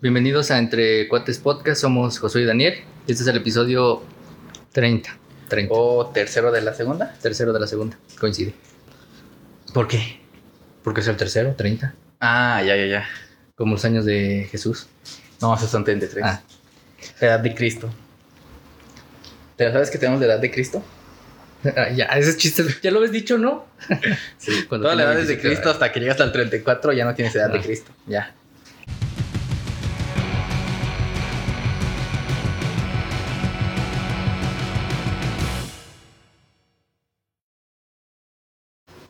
Bienvenidos a Entre Cuates Podcast. Somos Josué y Daniel. Y este es el episodio 30. 30. O tercero de la segunda. Tercero de la segunda. Coincide. ¿Por qué? Porque es el tercero, 30. Ah, ya, ya, ya. Como los años de Jesús. No, esos son 33. Ah. La edad de Cristo. ¿Te sabes que tenemos la edad de Cristo? Ah, ya, ese chiste. Ya lo habéis dicho, ¿no? sí. Cuando Toda la tenía edad es de 27, Cristo hasta que llegas al 34 ya no tienes edad de Ah. Cristo. Ya.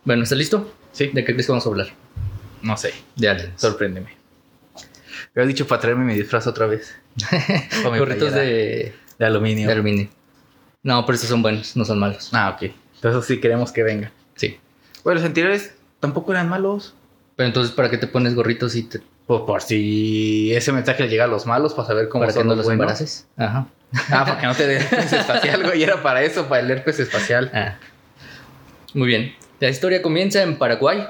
Bueno, ¿está listo? Sí. ¿De qué crees que vamos a hablar? No sé. De aliens. Sorpréndeme. Había dicho para traerme mi disfraz otra vez. Con mi Gorritos playera de, de aluminio. de aluminio. No, pero estos son buenos, no son malos. Ah, ok. Entonces sí queremos que venga. Sí. Bueno, los anteriores tampoco eran malos. Pero entonces, ¿para qué te pones gorritos y te- Pues por si ese mensaje le llega a los malos para saber cómo para que son no los los buenos. embaraces? Ajá. Ah, para que no te dé herpes espacial, güey. Era para eso, para el herpes espacial. Ah. Muy bien. La historia comienza en Paraguay,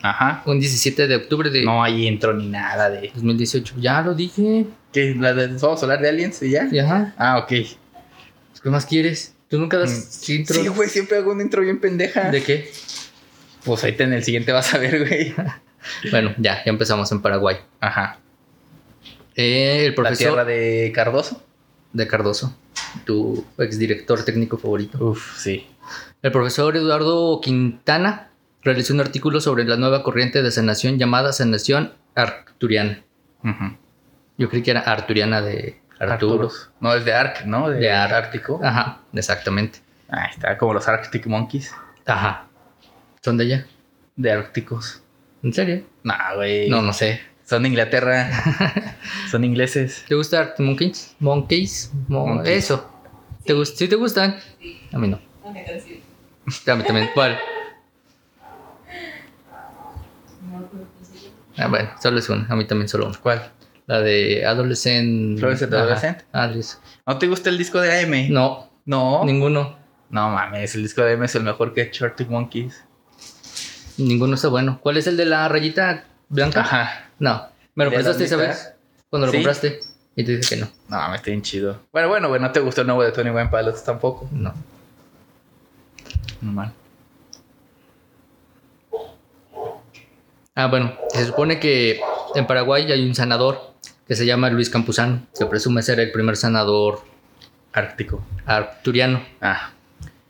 Ajá. un 17 de octubre de No hay intro ni nada de. 2018. Ya lo dije. ¿Qué? ¿La de- ¿Vamos a hablar de aliens y ya? Y Ajá. Ah, ok. Pues, ¿Qué más quieres? ¿Tú nunca das Mm. intro? Sí, güey, siempre hago un intro bien pendeja. ¿De qué? Pues ahí te- en el siguiente vas a ver, güey. Bueno, ya, ya empezamos en Paraguay. Ajá. Eh, el La tierra profesor de Cardoso. de Cardoso, tu exdirector técnico favorito. Uf, sí. El profesor Eduardo Quintana realizó un artículo sobre la nueva corriente de sanación llamada sanación arcturiana. Ujú. Yo creí que era arturiana de Arturo. Arturos. No, es de Ark, Ah. ¿no? De, De Ark. Ártico. Ajá, exactamente. Ah, está como los Arctic Monkeys. Ajá. ¿Son de allá? De Árticos. ¿En serio? Nah, güey. No, no sé. Son de Inglaterra. Son ingleses. ¿Te gusta Arctic Monkeys? Monkeys. Mo- Monkeys. Eso. ¿Te gust- ¿Sí te gustan? A mí no. Una canción. A mí también. ¿Cuál? No me acuerdo cómo se llama. Ah, bueno, solo es una. A mí también solo una. ¿Cuál? La de Adolescent. Florence and Ajá. Adolescent. Ah, listo. ¿No te gusta el disco de AM? No, No. ninguno. No mames, el disco de AM es el mejor que ha hecho Arctic Monkeys. Ninguno está bueno. ¿Cuál es el de la rayita blanca? Ajá. No. Me lo ¿De la prestaste esa lista? vez cuando lo ¿Sí? compraste y te dije que no. No mames, está bien chido. Bueno, bueno, güey, no te gustó el nuevo de Tony One Pilots tampoco. No. Normal. Ah, bueno. Se supone que en Paraguay hay un sanador que se llama Luis Campuzano, que presume ser el primer sanador Ártico. arcturiano. Ah.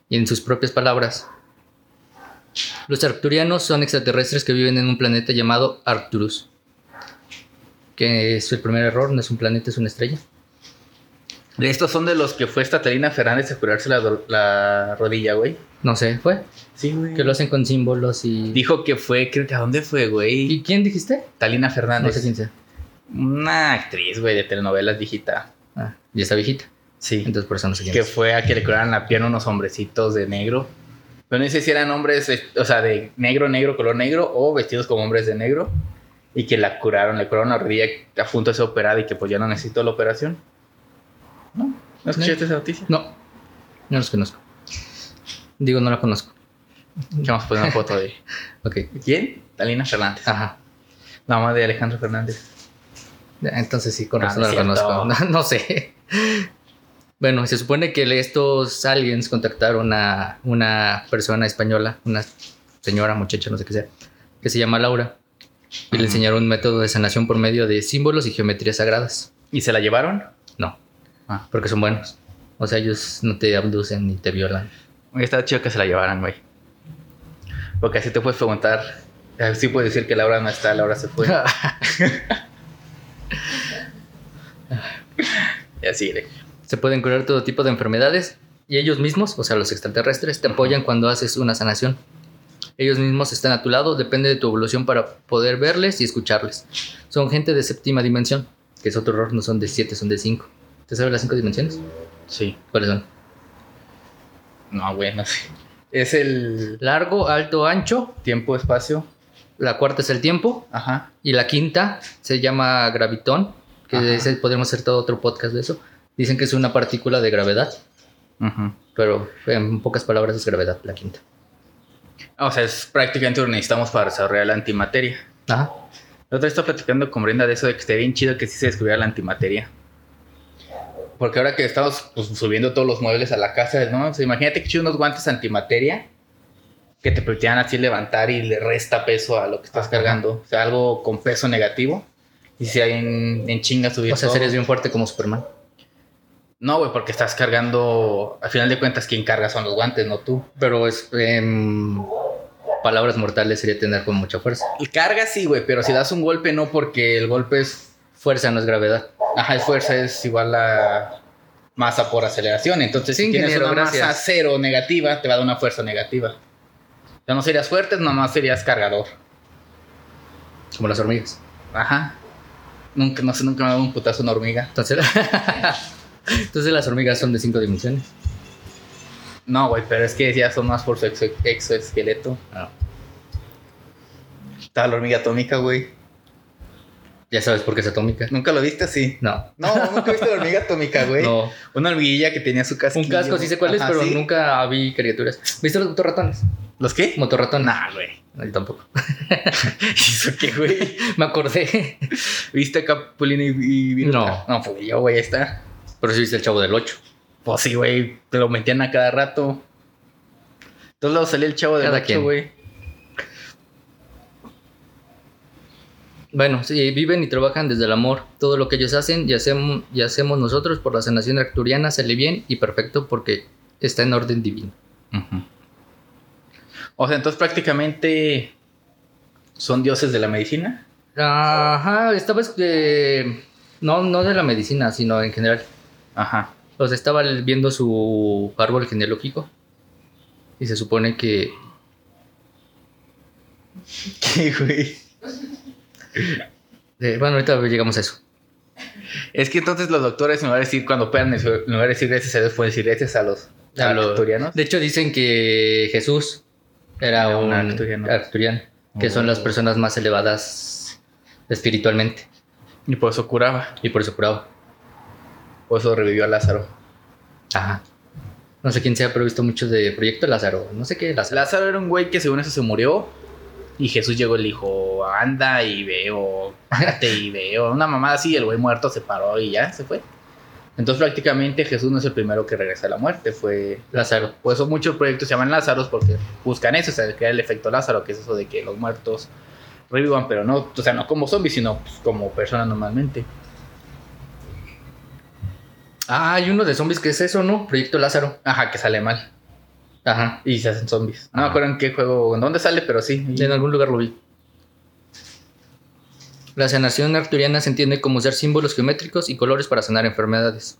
Y en sus propias palabras, los arcturianos son extraterrestres que viven en un planeta llamado Arcturus. Que es el primer error, no es un planeta, es una estrella. Estos son de los que fue Estatalina Fernández a curarse la, do- la rodilla, güey. No sé, fue. Sí, güey. Que lo hacen con símbolos y... Dijo que fue, creo que a dónde fue, güey. ¿Y quién dijiste? Talina No Fernández. sé quién sea. Una actriz, güey, de telenovelas digital. Ah, y está viejita. Sí. Entonces por eso no sé quién que es. fue a que le curaran la pierna unos hombrecitos de negro. Pero no sé si eran hombres, eh, o sea, de negro, negro, color negro, o vestidos como hombres de negro. Y que la curaron, le curaron la rodilla a punto de ser operada y que pues ya no necesitó la operación. ¿No? ¿No escuchaste esa noticia? No, no los conozco. Digo, no la conozco. Que vamos a poner pues, una foto de... Ok, ¿Quién? Talina Fernández. Ah, ajá. La mamá de Alejandro Fernández. Entonces sí, con Ah, razón no no es la conozco. cierto. No, no sé. Bueno, se supone que estos aliens contactaron a una persona española, una señora, muchacha, no sé qué sea, que se llama Laura, y Ujú. le enseñaron un método de sanación por medio de símbolos y geometrías sagradas. ¿Y se la llevaron? No, Ah. porque son buenos. O sea, ellos no te abducen ni te violan. Hubiera estado chido que se la llevaran, güey. Porque así te puedes preguntar... Así puedes decir que Laura no está, Laura se fue. y así, güey. Se pueden curar todo tipo de enfermedades y ellos mismos, o sea, los extraterrestres, te apoyan cuando haces una sanación. Ellos mismos están a tu lado, depende de tu evolución para poder verles y escucharles. Son gente de séptima dimensión, que es otro error, no son de siete, son de cinco. ¿Te sabes las cinco dimensiones? Sí. ¿Cuáles son? No, güey, no sé. Es el Largo, alto, ancho. tiempo, espacio. La cuarta es el tiempo. Ajá. Y la quinta se llama gravitón, que Ajá. ese podríamos hacer todo otro podcast de eso. Dicen que es una partícula de gravedad, pero en pocas palabras es gravedad, la quinta. O sea, es prácticamente lo que necesitamos para desarrollar la antimateria. Ajá. La otra vez estaba platicando con Brenda de eso de que estaría bien chido que sí se descubriera la antimateria. Porque ahora que estamos pues, subiendo todos los muebles a la casa, ¿no? O sea, imagínate que chido unos guantes antimateria que te permitían así levantar y le resta peso a lo que estás cargando. O sea, algo con peso negativo. Y si hay en, en chinga subir O sea, todo. serías bien fuerte como Superman. No, güey, porque estás cargando... Al final de cuentas, quien carga son los guantes, no tú. Pero es. em, palabras mortales sería tener con mucha fuerza. Y carga sí, güey, pero si das un golpe no porque el golpe es Fuerza no es gravedad. Ajá, es fuerza es igual a masa por aceleración. Entonces, Sí, si tienes ingeniero, una masa gracias. cero negativa, te va a dar una fuerza negativa. Ya no serías fuerte, nomás serías cargador. Como las hormigas. Ajá. Nunca, no sé, nunca me ha dado un putazo una hormiga. Entonces, Entonces las hormigas son de cinco dimensiones. No, güey, pero es que ya son más por su exo- exoesqueleto. Ah. Estaba la hormiga atómica, güey. Ya sabes por qué es atómica. ¿Nunca lo viste así? No. No, nunca viste la hormiga atómica, güey. No. Una hormiguilla que tenía su casco. Un casco, sí sé cuál es, pero nunca vi criaturas. ¿Viste los motorratones? ¿Los qué? Motorratones. Nah, güey. No, yo tampoco. ¿Eso qué, güey? Me acordé. ¿Viste a Capulina y, y Viruta? No. No, pues yo, güey, ahí está. Pero sí viste el chavo del 8. Pues sí, güey, te lo metían a cada rato. Entonces luego salía el chavo de Cada noche, quien. güey. Bueno, sí, viven y trabajan desde el amor. Todo lo que ellos hacen y, hacemos y hacemos nosotros por la sanación arcturiana sale bien y perfecto porque está en orden divino. O sea, entonces prácticamente son dioses de la medicina. Ajá, estaba... eh, no, no de la medicina, sino en general. Ajá. O sea, estaba viendo su árbol genealógico. Y se supone que. ¿Qué, güey? eh, bueno, ahorita llegamos a eso. Es que entonces los doctores, en lugar de decir cuando operan, en lugar de decir gracias a Dios, pueden decir gracias a los A los- arcturianos. De hecho, dicen que Jesús era, Era un un arcturiano. arcturiano. que son Oh. las personas más elevadas espiritualmente. Y por eso curaba. Y por eso curaba. Por eso revivió a Lázaro. Ajá. No sé quién sea, pero he visto mucho de Proyecto Lázaro. No sé qué, Lázaro. Lázaro era un güey que según eso se murió. Y Jesús llegó y le dijo, anda y veo, párate y veo. Una mamada así, el güey muerto se paró y ya se fue. Entonces prácticamente Jesús no es el primero que regresa a la muerte, fue... Lázaro. Por eso muchos proyectos se llaman Lázaros porque buscan eso, o sea, crear el efecto Lázaro, que es eso de que los muertos revivan, pero no, o sea, no como zombies, sino pues, como personas normalmente. Ah, hay uno de zombies que es eso, ¿no? Proyecto Lázaro. Ajá, que sale mal. Ajá. Y se hacen zombies. No me Ajá. acuerdo en qué juego, en dónde sale, pero sí. En algún lugar lo vi. La sanación arturiana se entiende como usar símbolos geométricos y colores para sanar enfermedades.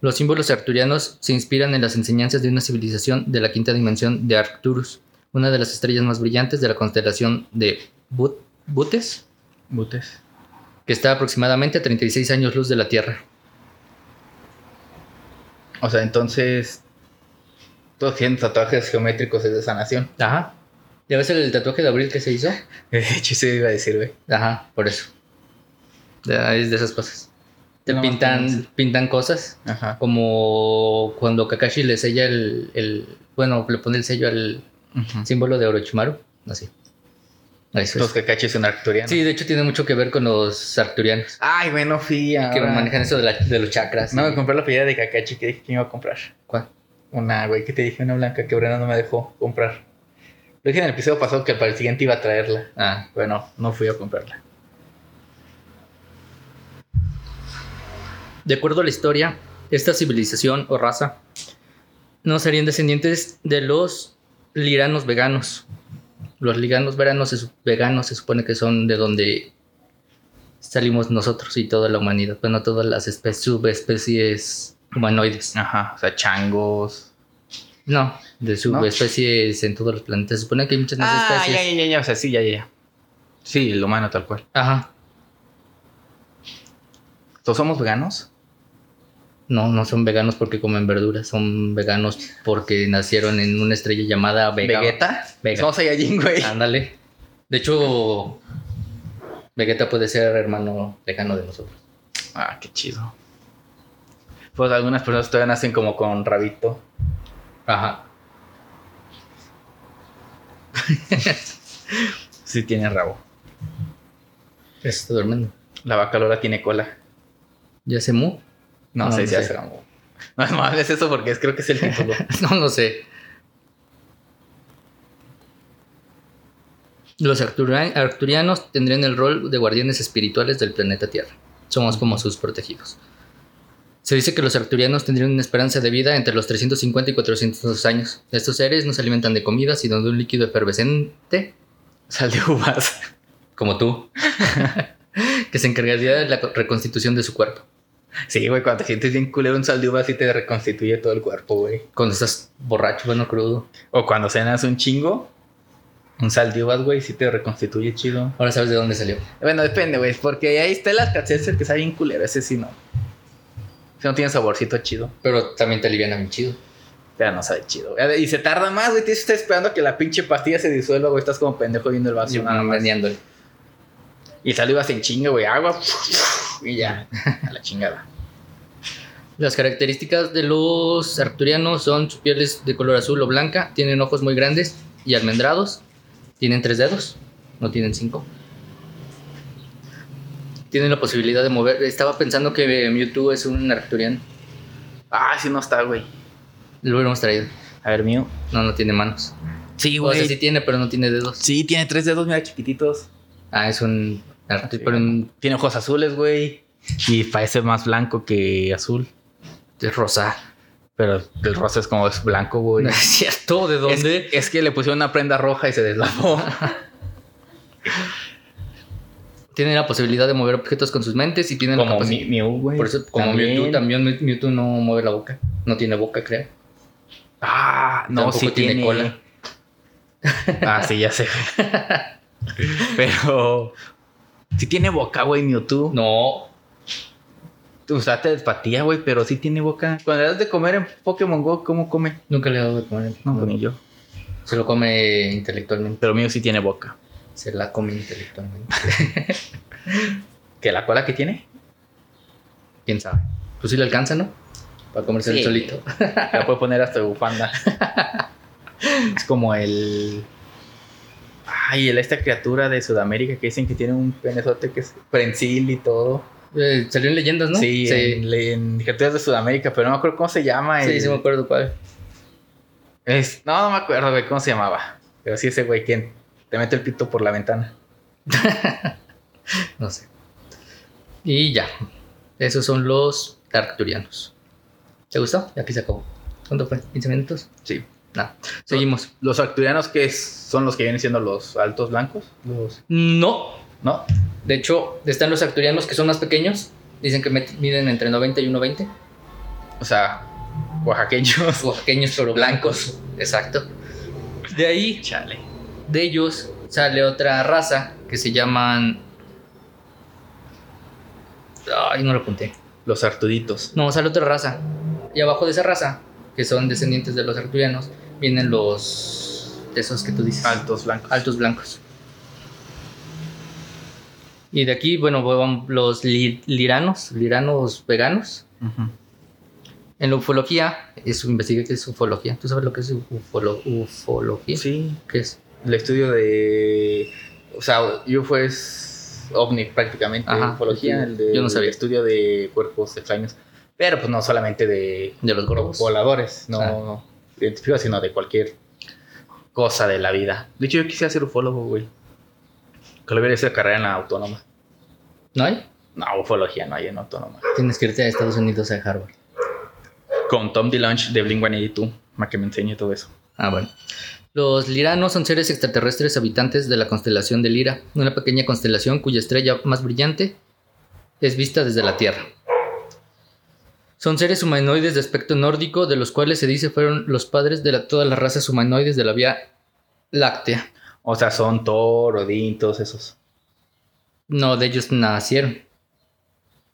Los símbolos arturianos se inspiran en las enseñanzas de una civilización de la quinta dimensión de Arcturus, una de las estrellas más brillantes de la constelación de But- Butes, Butes. que está aproximadamente a 36 años luz de la Tierra. O sea, entonces. Todos tienen tatuajes geométricos es de sanación. Ajá. ¿Ya ves el tatuaje de abril que se hizo? De hecho, eso iba a decir, güey. Ajá, por eso. Ya, Es de esas cosas. Te No, no pintan, sé. pintan cosas Ajá. como cuando Kakashi le sella el, el- bueno, le pone el sello al símbolo de Orochimaru, así. Eso Los es. cacaches en arcturiano. Sí, de hecho tiene mucho que ver con los arcturianos, Ay, güey, no fui a. que manejan eso de, la- de los chakras. No, y- me compré la playera de cacache que dije que me iba a comprar. ¿Cuál? Una, güey, que te dije, una blanca que Brenda no me dejó comprar. Lo dije en el episodio pasado que para el siguiente iba a traerla. Ah, Bueno, no fui a comprarla. De acuerdo a la historia, esta civilización o raza no serían descendientes de los liranos veganos. Los liganos veranos se su- veganos se supone que son de donde salimos nosotros y toda la humanidad, bueno, todas las espe- subespecies humanoides. Ajá. O sea, changos. No, de subespecies en todos los planetas. Se supone que hay muchas más Ah, ya, especies. ya, ya, ya. O sea, sí, ya, ya, ya. Sí, el humano tal cual. Ajá. ¿Todos somos veganos? No, no son veganos porque comen verduras, son veganos porque nacieron en una estrella llamada Vega. ¿Vegeta? Vega. Somos Saiyajin, güey. Ándale. De hecho, Vegeta puede ser hermano lejano de nosotros. Ah, qué chido. Pues algunas personas todavía nacen como con rabito. Ajá. Sí tienen rabo. Se está durmiendo. La vaca Lola tiene cola. ¿Ya se mu? No, No, sé no si sé. hace amor. No no hables eso porque es, creo que es el título. No, no sé. Los artura- arturianos tendrían el rol de guardianes espirituales del planeta Tierra. Somos como sus protegidos. Se dice que los arturianos tendrían una esperanza de vida entre los 350 y 400 años. Estos seres no se alimentan de comida, sino de un líquido efervescente, Sal de uvas. como tú, que se encargaría de la co- reconstitución de su cuerpo. Sí, güey, cuando te sientes bien culero, un sal de uvas sí te reconstituye todo el cuerpo, güey. Cuando estás borracho, bueno, crudo. O cuando cenas un chingo, un sal de uvas, güey, sí te reconstituye chido. Ahora sabes de dónde salió. Bueno, depende, güey, porque ahí está el alcacelser que sabe bien culero, ese sí no. Ese no tiene saborcito chido, Pero también te aliviana bien chido. pero no sabe chido. güey. Y se tarda más, güey, tienes que estar esperando a que la pinche pastilla se disuelva, güey, estás como pendejo viendo el vaso. Yo, nada más. meneándole. Y sal de uvas en chinga, güey, agua, y ya, a la chingada. Las características de los arturianos son sus pieles de color azul o blanca, tienen ojos muy grandes y almendrados, tienen tres dedos, no tienen cinco. Tienen la posibilidad de mover. Estaba pensando que eh, Mewtwo es un arturiano. Ah, sí no está, güey. Lo hubiéramos traído. A ver, mío. No, no tiene manos. Sí, O sea, sí tiene, pero no tiene dedos. Sí, tiene tres dedos, mira, chiquititos. Ah, es un artu- Sí. pero un- Tiene ojos azules, güey. Y parece más blanco que azul. es rosa. Pero el rosa es como es blanco, güey. No es cierto, ¿de dónde? Es, es que le pusieron una prenda roja y se deslavó. Tienen la posibilidad de mover objetos con sus mentes y tienen la como capacidad. Mi- Mew, güey. Por eso, como Mewtwo también, Mew- Mewtwo no mueve la boca. No tiene boca, creo. Ah, no, Tampoco sí tiene tiene, cola. cola. Ah, sí, ya sé. Pero. Sí tiene boca, güey, Mewtwo. No, Usaste despatía, güey, pero sí tiene boca. Cuando le das de comer en Pokémon Go, ¿cómo come? nunca le he dado de comer. No, ni yo. Se lo come intelectualmente. Pero Mew sí tiene boca. Se la come intelectualmente. ¿Que la cola que tiene? ¿Quién sabe? Pues sí le alcanza, ¿no? Para comerse el Sí. solito. La puede poner hasta de bufanda. es como el. Ay, el, esta criatura de Sudamérica que dicen que tiene un penezote que es prensil y todo. Eh, salió en leyendas, ¿no? Sí, sí, En, en criaturas de Sudamérica, pero no me acuerdo cómo se llama. sí, el- sí me acuerdo cuál. es- no, no me acuerdo, güey, cómo se llamaba. Pero sí, ese güey quien te mete el pito por la ventana. No sé. Y ya. Esos son los arcturianos. ¿Te gustó? Ya aquí se acabó. ¿Cuánto fue? ¿15 minutos? Sí. No. Seguimos. Los arcturianos que es- son los que vienen siendo los altos blancos, los, No, ¿no? De hecho, están los arturianos que son más pequeños. Dicen que met- miden entre 90 y 1,20. O sea, oaxaqueños. Oaxaqueños, pero blancos. Exacto. De ahí, Chale. de ellos, sale otra raza que se llaman. Ay, no lo apunté. Los artuditos. No, sale otra raza. Y abajo de esa raza, que son descendientes de los arturianos, vienen los. de esos que tú dices. Altos blancos. altos blancos. Y de aquí, bueno, van los li- liranos, liranos veganos. Ujú. En la ufología, eso investigué que es ufología. ¿Tú sabes lo que es ufolo- ufología? Sí, ¿Qué es? el estudio de. O sea, UFO es ovni prácticamente, Ajá, ufología, el de- yo no sabía. el estudio de cuerpos extraños. Pero pues no solamente de De los Pues, globos. voladores, no Ah. no identifico, sino de cualquier cosa de la vida. De hecho, yo quisiera ser ufólogo, güey. Que lo hubiera hecho de carrera en la autónoma. ¿No hay? No, ufología no hay en autónoma. Tienes que irte a Estados Unidos a Harvard. Con Tom DeLonge de Blink-182, para que me enseñe todo eso. Ah, bueno. Los liranos son seres extraterrestres habitantes de la constelación de Lira, una pequeña constelación cuya estrella más brillante es vista desde la Tierra. Son seres humanoides de aspecto nórdico, de los cuales se dice fueron los padres de la- todas las razas humanoides de la Vía Láctea. O sea, son Thor, Odín, todos esos. No, de ellos nacieron.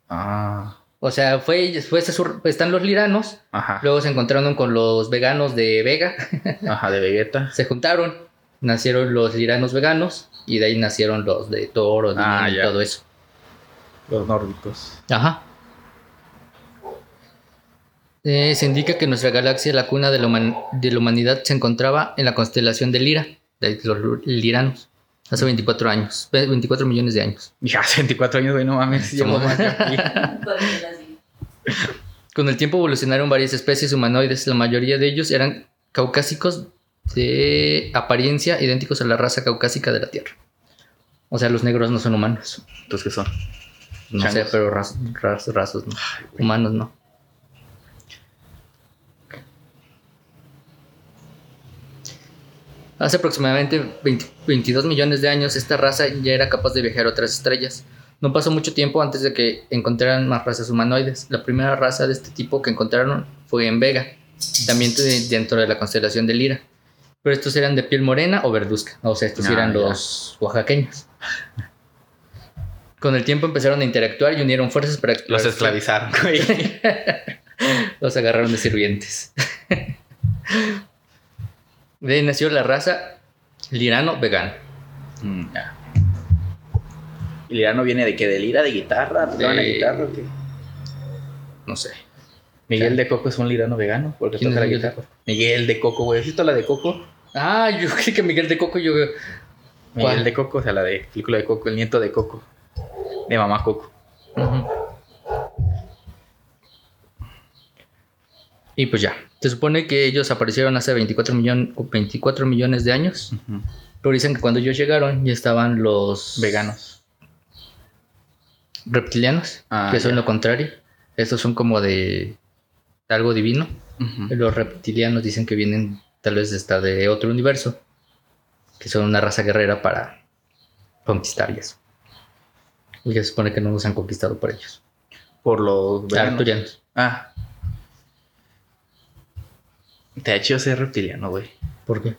Ah, O sea, fue, fue esa su- están los liranos, ajá, luego se encontraron con los veganos de Vega, ajá, de Vegeta. se juntaron, nacieron los liranos veganos y de ahí nacieron los de Toro Ah, y ya. todo eso. Los nórdicos. Ajá. Eh, se indica que nuestra galaxia, la cuna de la, human- de la humanidad, se encontraba en la constelación de Lira, de los lu- liranos. Hace 24 años, ve- 24 millones de años. Ya hace 24 años, güey, no mames. Llevo Somos- más que aquí. Todavía las digo. Con el tiempo evolucionaron varias especies humanoides, la mayoría de ellos eran caucásicos de apariencia idénticos a la raza caucásica de la Tierra. O sea, los negros no son humanos. Entonces, Pues, ¿qué son? No sé, Changos. pero raz- raz- razas no. Humanos no. Hace aproximadamente 20 22 millones de años esta raza ya era capaz de viajar a otras estrellas. No pasó mucho tiempo antes de que encontraran más razas humanoides. La primera raza de este tipo que encontraron fue en Vega, también de- dentro de la constelación de Lira. Pero estos eran de piel morena o verduzca. O sea, estos Ah, eran ya. los oaxaqueños. Con el tiempo empezaron a interactuar y unieron fuerzas para Los explorar- esclavizaron, güey. los agarraron de sirvientes. De ahí nació la raza lirano vegano. Mm, ya. ¿Y Lirano viene de qué? ¿De lira? ¿De guitarra? ¿De De- una guitarra? o qué? No sé. Miguel de Coco es un lirano vegano porque ¿Quién toca la es Miguel de guitarra. Miguel de Coco, güey. ¿Has visto la de Coco? Ah, yo creí que Miguel de Coco yo Miguel ¿Cuál? de Coco, o sea, la de película de Coco, el nieto de Coco. De mamá Coco. Ujú. Y pues ya. Se supone que ellos aparecieron hace 24, millón- 24 millones de años. Pero dicen que cuando ellos llegaron ya estaban los Veganos. reptilianos, Ah, que son ya. lo contrario. Estos son como de algo divino. Ujú. Los reptilianos dicen que vienen tal vez hasta de otro universo, que son una raza guerrera para conquistar y eso. Y que se supone que no nos han conquistado por ellos. Por los veganos. Arturianos. Ah. Te ha hecho ser reptiliano, güey. ¿Por qué?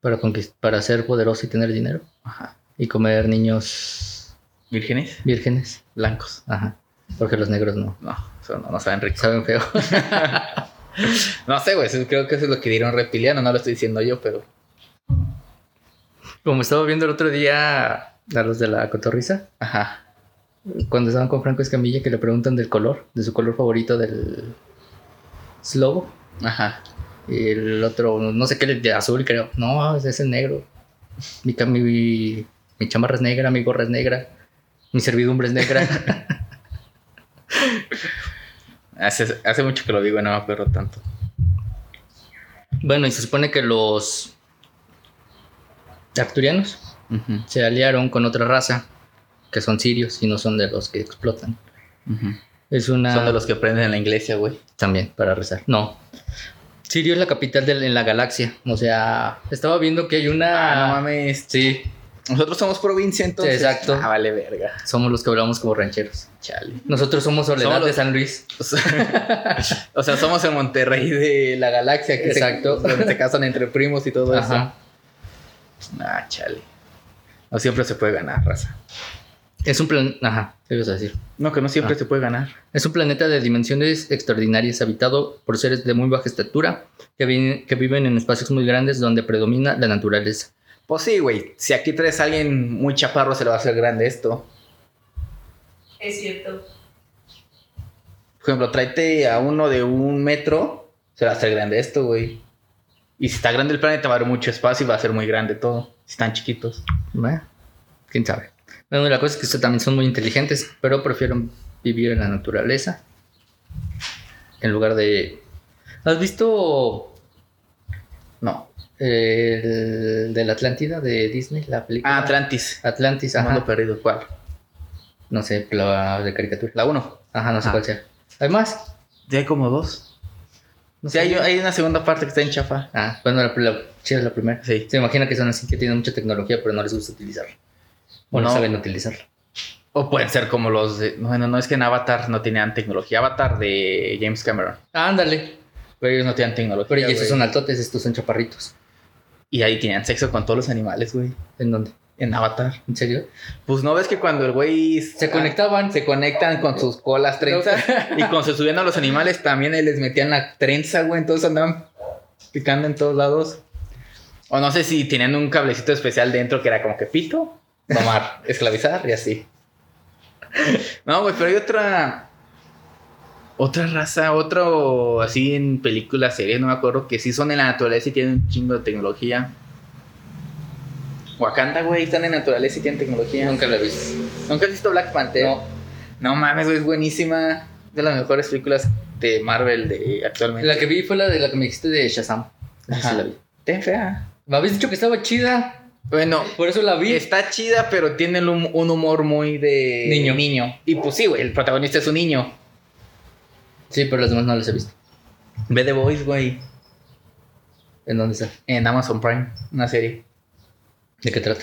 Para, conquist- para ser poderoso y tener dinero. Ajá. Y comer niños ¿Vírgenes? vírgenes. Blancos. Ajá. Porque los negros no. No, eso no, no saben rico. Saben feo. No sé, güey. eso- Creo que eso es lo que dieron reptiliano. No lo estoy diciendo yo, pero. Como estaba viendo el otro día a los de la cotorriza, Ajá. cuando estaban con Franco Escamilla, que le preguntan del color, de su color favorito del slobo. Ajá. Y el otro, no sé qué, de azul, creo. No, ese es el negro. Mi, cam- mi, mi chamarra es negra, mi gorra es negra, mi servidumbre es negra. Hace, hace mucho que lo digo, no me acuerdo tanto. bueno, y se supone que los arturianos Ujú, se aliaron con otra raza, que son sirios y no son de los que explotan. ujú. Es una... Son de los que prenden en la iglesia, güey. También, para rezar. No. Sirio es la capital de la galaxia. O sea, estaba viendo que hay una... Ah, no mames. Sí, Nosotros somos provincia, entonces. Sí, exacto. Ah, vale, verga. somos los que hablamos como rancheros. Chale. Nosotros somos Soledad Somos los- de San Luis. O sea, o sea, somos el Monterrey de la galaxia. Que se- Exacto. donde se casan entre primos y todo Ajá. eso. Ah, chale. No siempre se puede ganar, raza. Es un plan, ajá, ¿qué ibas a decir? No, que no siempre Ah. se puede ganar. Es un planeta de dimensiones extraordinarias, habitado por seres de muy baja estatura que, vi- que viven en espacios muy grandes donde predomina la naturaleza. Pues sí, güey. Si aquí traes a alguien muy chaparro, se le va a hacer grande esto. Es cierto. Por ejemplo, tráete a uno de un metro, se va a hacer grande esto, güey. Y si está grande el planeta, va a haber mucho espacio y va a ser muy grande todo. Si están chiquitos. ¿verdad? ¿Quién sabe? Bueno, la cosa es que estos también son muy inteligentes, pero prefieren vivir en la naturaleza en lugar de... ¿Has visto No. el eh, de la Atlántida de Disney, la película? Ah, Atlantis. Atlantis, Mundo ajá. perdido. ¿Cuál? No sé, la de caricatura. La 1. Ajá, no sé Ah. cuál sea. ¿Hay más? Ya hay como dos. No sí, sé. hay, hay una segunda parte que está en chafa. Ah, bueno, la, la- sí, es la primera. Sí. Se imagina que son así, que tienen mucha tecnología, pero no les gusta utilizarla. O no, No. saben utilizarla. O pueden ser como los de. No, no, no, es que en Avatar no tenían tecnología. Avatar de James Cameron. ándale. Pero ellos no tenían tecnología. Pero y güey. estos son altotes, estos son chaparritos. Y ahí tenían sexo con todos los animales, güey. ¿En dónde? En Avatar. ¿En serio? Ah. Pues no ves que cuando el güey. Se conectaban. Se conectan con sus colas trenzas. y cuando se subían a los animales también ahí les metían la trenza, güey. Entonces andaban picando en todos lados. O no sé si tenían un cablecito especial dentro que era como que pito, tomar, esclavizar y así. No, güey, pero hay otra. Otra raza, otro así en películas, series, no me acuerdo, que sí son en la naturaleza y tienen un chingo de tecnología. Wakanda, güey, están en naturaleza y tienen tecnología. Nunca la he visto. ¿Nunca has visto Black Panther? No. No mames, güey, es buenísima. De las mejores películas de Marvel de actualmente. La que vi fue la de la que me dijiste de Shazam. Esa sí Ajá. la vi. Está fea. Me habías dicho que estaba chida. Bueno, Por eso la vi. está chida, pero tiene un, un humor muy de Niño. Y pues sí, güey, el protagonista es un niño. Sí, pero las demás no las he visto. Ve The Voice, güey, ¿En dónde está? en Amazon Prime, una serie ¿De qué trata?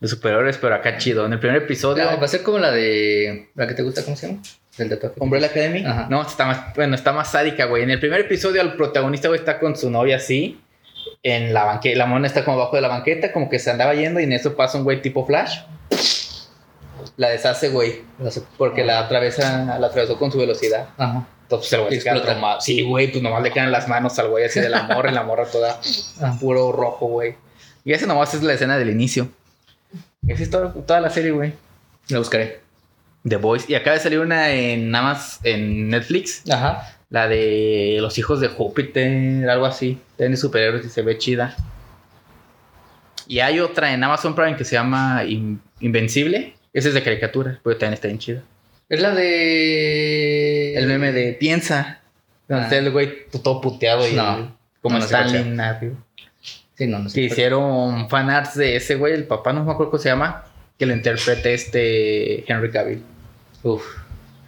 de superhéroes, pero acá chido. En el primer episodio, Ah, va a ser como la de. La que te gusta, ¿cómo se llama? Del tatuaje. Umbrella Academy. Ajá. No, está más, bueno, está más sádica, güey. En el primer episodio, el protagonista, güey, está con su novia así. En la banqueta, la mona está como abajo de la banqueta, como que se andaba yendo, y en eso pasa un güey tipo Flash. La deshace, güey, La se- porque la atraviesa, la atravesó con su velocidad. Ajá. Entonces pues, el güey se queda Explota. traumado. Sí, güey, pues nomás le quedan las manos al güey así de la morra, y la morra toda Ah. puro rojo, güey. Y esa nomás es la escena del inicio. Esa es toda, toda la serie, güey. La buscaré. The Voice. Y acaba de salir una en nada más en Netflix. Ajá. La de los hijos de Júpiter, algo así. Tiene superhéroes y se ve chida. Y hay otra en Amazon Prime que se llama In- Invencible. Esa es de caricatura, pero también está bien chida. Es la de. El meme de piensa. Donde Ah. está el güey todo puteado y No. como No, no sé Stanley cuál sea. Nadio. Sí, no, no sé. que hicieron fanarts de ese güey, el papá, no me acuerdo cómo se llama, que lo interprete este Henry Cavill. Uf.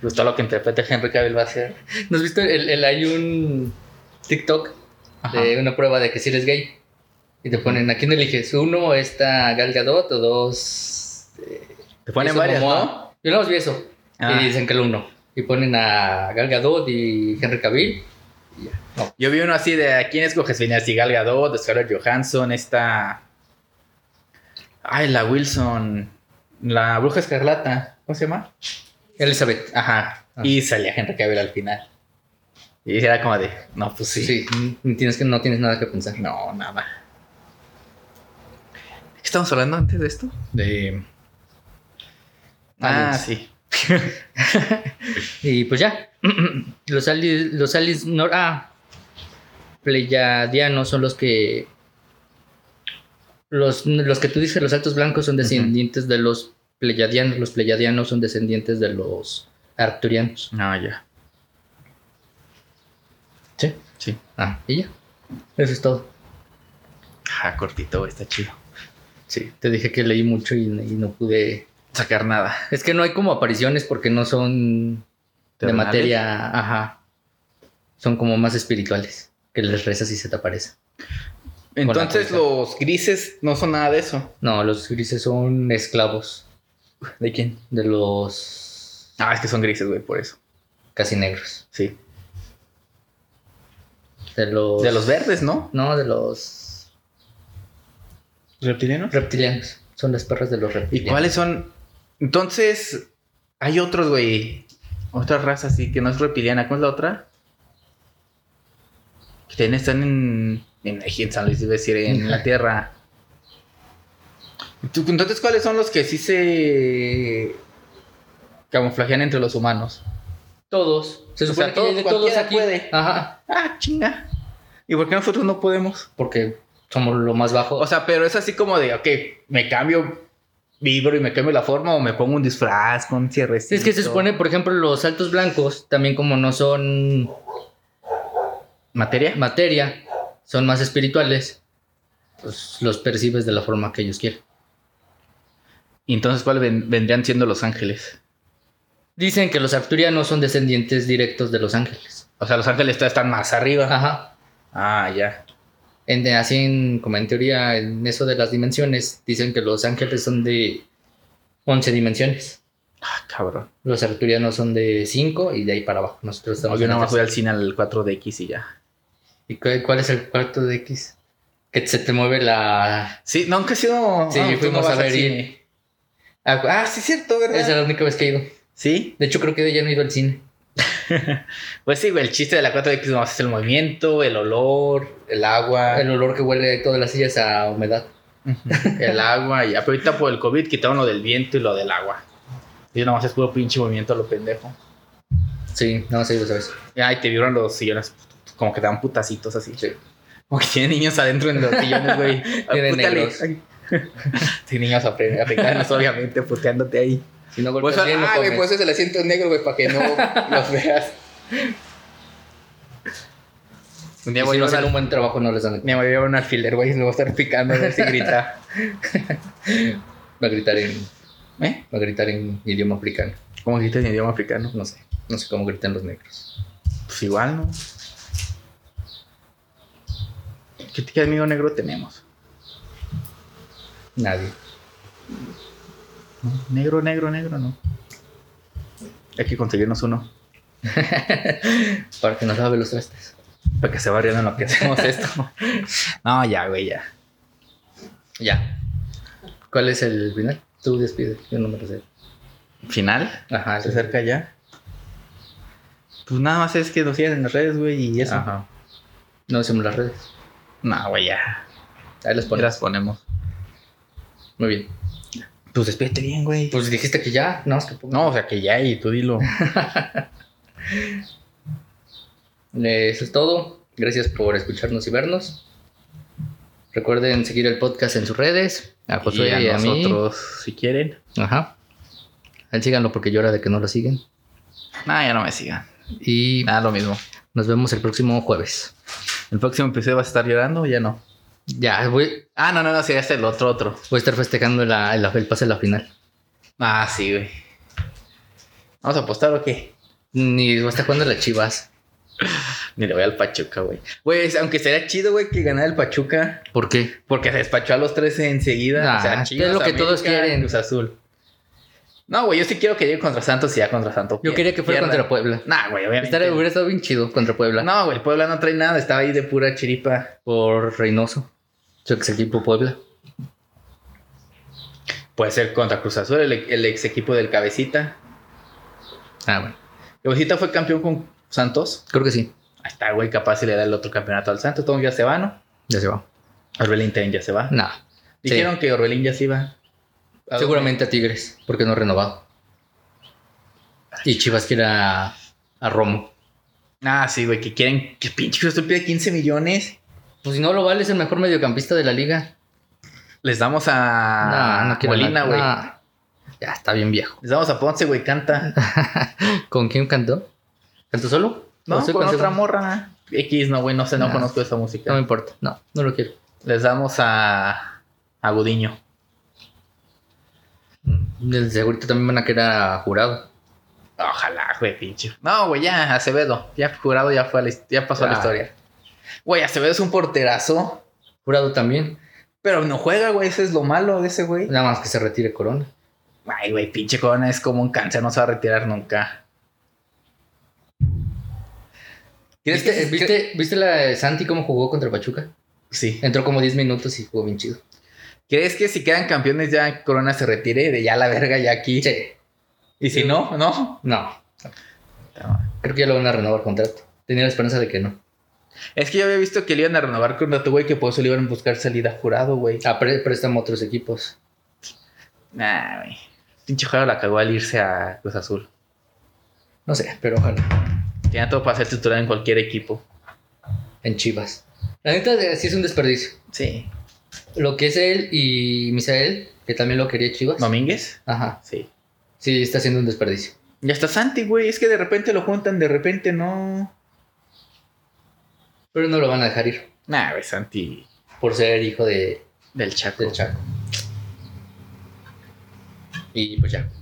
Pues todo lo que interprete Henry Cavill va a ser. ¿No has visto? El, el- hay un TikTok Ajá. de una prueba de que si eres gay. Y te ponen, ¿a quién eliges? ¿Uno, esta Gal Gadot o dos? eh, Te ponen Jason varias, Momoa? ¿no? Yo no más vi eso. Ah. Y dicen que el uno. Y ponen a Gal Gadot y Henry Cavill. Yo vi uno así de ¿a quién escoges? Venía así Gal Gadot, Scarlett Johansson, esta... Ay, la Wilson, la Bruja Escarlata, ¿cómo se llama? Elizabeth. Ajá. Ah. Y salía Henry Cavill al final. Y era como de, no, pues Sí. mm, Tienes que, no tienes nada que pensar. No, nada. ¿Qué estamos hablando antes de esto? De... ah, Ah, Aliens. sí. Y pues ya. los aliens. Los aliens. nor- ah. Pleiadianos son los que. Los, los que tú dices, los altos blancos son descendientes de los Pleiadianos. Los Pleiadianos son descendientes de los Arcturianos. No, ya. Sí. Sí. Ah, y ya. Eso es todo. Ajá, cortito, güey, está chido. Sí. Te dije que leí mucho y, y no pude. Sacar nada. Es que no hay como apariciones porque no son de Terrenales. materia. Ajá. Son como más espirituales. Que les rezas y se te aparece. Entonces Con la los grises no son nada de eso. No, los grises son esclavos ¿De quién? de los Ah, es que son grises, güey, por eso. casi negros. Sí. De los. De los verdes, ¿no? No, de los ¿Reptilianos? reptilianos. Son las perras de los ¿Y reptilianos. cuáles son? Entonces, hay otros, güey. Otra raza, sí, que no es reptiliana. ¿Cuál es la otra? Que también están en, en, en San Luis, iba a decir, en la Tierra. Tú- Entonces, ¿cuáles son los que sí se camuflajean entre los humanos? Todos. Se O supone sea, que hay todos- de todos cualquiera aquí. puede. Ajá. Ah, chinga. ¿Y por qué nosotros no podemos? Porque somos lo más bajo. O sea, pero es así como de, ok, me cambio, vibro y me cambio la forma o me pongo un disfraz con cierre. es que se supone, por ejemplo, los altos blancos, también como no son materia. materia, son más espirituales, pues los percibes de la forma que ellos quieren. ¿Y entonces cuáles ven- vendrían siendo los ángeles? Dicen que los arturianos son descendientes directos de los ángeles. O sea, los ángeles todavía están más arriba. Ajá. Ah, ya. En, así en, como en teoría, en eso de las dimensiones, dicen que los ángeles son de 11 dimensiones. Ah, cabrón. Los arturianos son de 5 y de ahí para abajo. Nosotros No, estamos yo en nada la más voy tercera. al cine al 4DX y ya. ¿Y cu- cuál es el cuarto de X? Que se te mueve la... Sí, nunca he sido... Sí, ah, tú fuimos vas a al ver cine. y- Ah, cu- Ah, sí, es cierto, ¿verdad? Esa es la única vez que he ido. Sí. De hecho, creo que ya no he ido al cine. Pues sí, güey, el chiste de la 4DX nomás es el movimiento, el olor, el agua. El olor que huele todas las sillas a humedad. el agua y ya. Pero ahorita por el COVID quitaron lo del viento y lo del agua. Y nomás es puro pinche movimiento a lo pendejo. Sí, nada más he ido esa vez. Ay, te vibran los sillones como que te dan putacitos así. Como que tienen niños adentro en los sillones, güey. Ay, Tienen Ah, pútale. negros. Ay, Sí, niños afri- africanos, obviamente, puteándote ahí. Si no Pues, golpeas bien, no ah, güey, comes. pues es el asiento negro, güey, para que no los veas. Un Y día si no voy a ir a hacen una- un buen trabajo, no les dan. me voy a llevar un alfiler, güey, y me voy a estar picando a ver si grita. Va a gritar en, ¿Eh? va a gritar en idioma africano. ¿Cómo gritas en idioma africano? No sé. No sé cómo gritan los negros. Pues igual, ¿no? ¿Qué, qué amigo negro tenemos? Nadie. ¿No? Negro, negro, negro, ¿no? Hay que conseguirnos uno Para que nos lave los trastes. para que se va riendo en lo que hacemos esto. no, ya, güey, ya. Ya. ¿Cuál es el final? Tú despides. Yo no me lo sé. ¿Final? Ajá. ¿Se sí. acerca ya? Pues nada más es que nos sigan en las redes, güey, y eso. Ajá. No decimos las redes. No, güey, ya. Ahí las pones. Ya Pues las ponemos. Muy bien. Pues despídete bien, güey. Pues dijiste que ya. No, es que pongo. No, o sea que ya, y tú dilo. Eh, Eso es todo. Gracias por escucharnos y vernos. Recuerden seguir el podcast en sus redes. A Josué y a, mí. nosotros, si quieren. Ajá. A él síganlo porque llora de que no lo siguen. Nada, ya no me sigan. Y Nada, Ah, lo mismo. nos vemos el próximo jueves. ¿El próximo episodio vas a estar llorando o ya no? Ya, voy, Ah, no, no, no, sería hasta el otro, otro. voy a estar festejando la, el, el pase a la final. Ah, sí, güey. ¿Vamos a apostar o qué? Ni voy a estar jugando las chivas. Ni le voy al Pachuca, güey. Güey, aunque sería chido, güey, que ganara el Pachuca. ¿Por qué? Porque se despachó a los tres enseguida. Ah, o sea, Chivas, es lo que todos América, quieren. Cruz Azul. No, güey, yo sí quiero que llegue contra Santos y ya contra Santos. Yo pier- quería que fuera pierda. contra Puebla. Nah, güey, obviamente. Estar, hubiera estado bien chido contra Puebla. No, güey, Puebla no trae nada. Estaba ahí de pura chiripa. Por Reynoso. Su ex equipo Puebla. Puede ser contra Cruz Azul, el, el ex equipo del Cabecita. Ah, bueno. Cabecita fue campeón con Santos. Creo que sí. Ahí está, güey, capaz si le da el otro campeonato al Santos. Todo ya se va, ¿no? Ya se va. Orbelín también ya se va. Nada. Dijeron que Orbelín ya se iba. ¿A dónde? Seguramente a Tigres, porque no ha renovado. Y Chivas quiere a, a Romo. Ah, sí, güey, que quieren. Que pinche Cruz Azul pide 15 millones. Pues si no lo vale, es el mejor mediocampista de la liga. Les damos a no, no quiero Molina, nada. güey. No. Ah, Ya está bien viejo. Les damos a Ponce, güey, canta. ¿Con quién cantó? ¿Cantó solo? ¿O No, soy con otra segunda? morra. X, no, güey, no sé, no Nah. conozco esa No me música. importa. No, no lo quiero. Les damos a. A Gudiño. Desde segurito también van a querer a jurado. Ojalá, güey, pinche. No, güey, ya, Acevedo. Ya jurado, ya, fue a la his- ya pasó a la Ah. historia. Güey, Acevedo es un porterazo. Jurado también. Pero no juega, güey, ese es lo malo de ese güey. Nada más que se retire Corona. Ay, güey, pinche Corona es como un cáncer, no se va a retirar nunca. ¿Crees ¿Viste, que viste? viste, viste la de Santi cómo jugó contra Pachuca? Sí. Entró como 10 minutos y jugó bien chido. ¿Crees que si quedan campeones ya Corona se retire de ya la verga ya aquí? Sí. Y si no, no. No. Creo que ya lo van a renovar contrato. Tenía la esperanza de que no. Es que yo había visto que le iban a renovar contrato, güey, que por eso le iban a buscar salida a jurado, güey. Ah, pre- préstamo a otros equipos. Nah, güey. Pinche jurado la cagó al irse a Cruz Azul. No sé, pero ojalá. Tenía todo para ser titular en cualquier equipo. En Chivas. La neta, de- sí es un desperdicio. Sí. Lo que es él y Misael, que también lo quería Chivas. ¿Domínguez? Ajá. Sí. Sí, está siendo un desperdicio. Ya está Santi, güey. Es que de repente lo juntan, de repente no. Pero no lo van a dejar ir Nah, güey, Santi. por ser hijo de, Del Chaco. del Chaco. Y pues ya.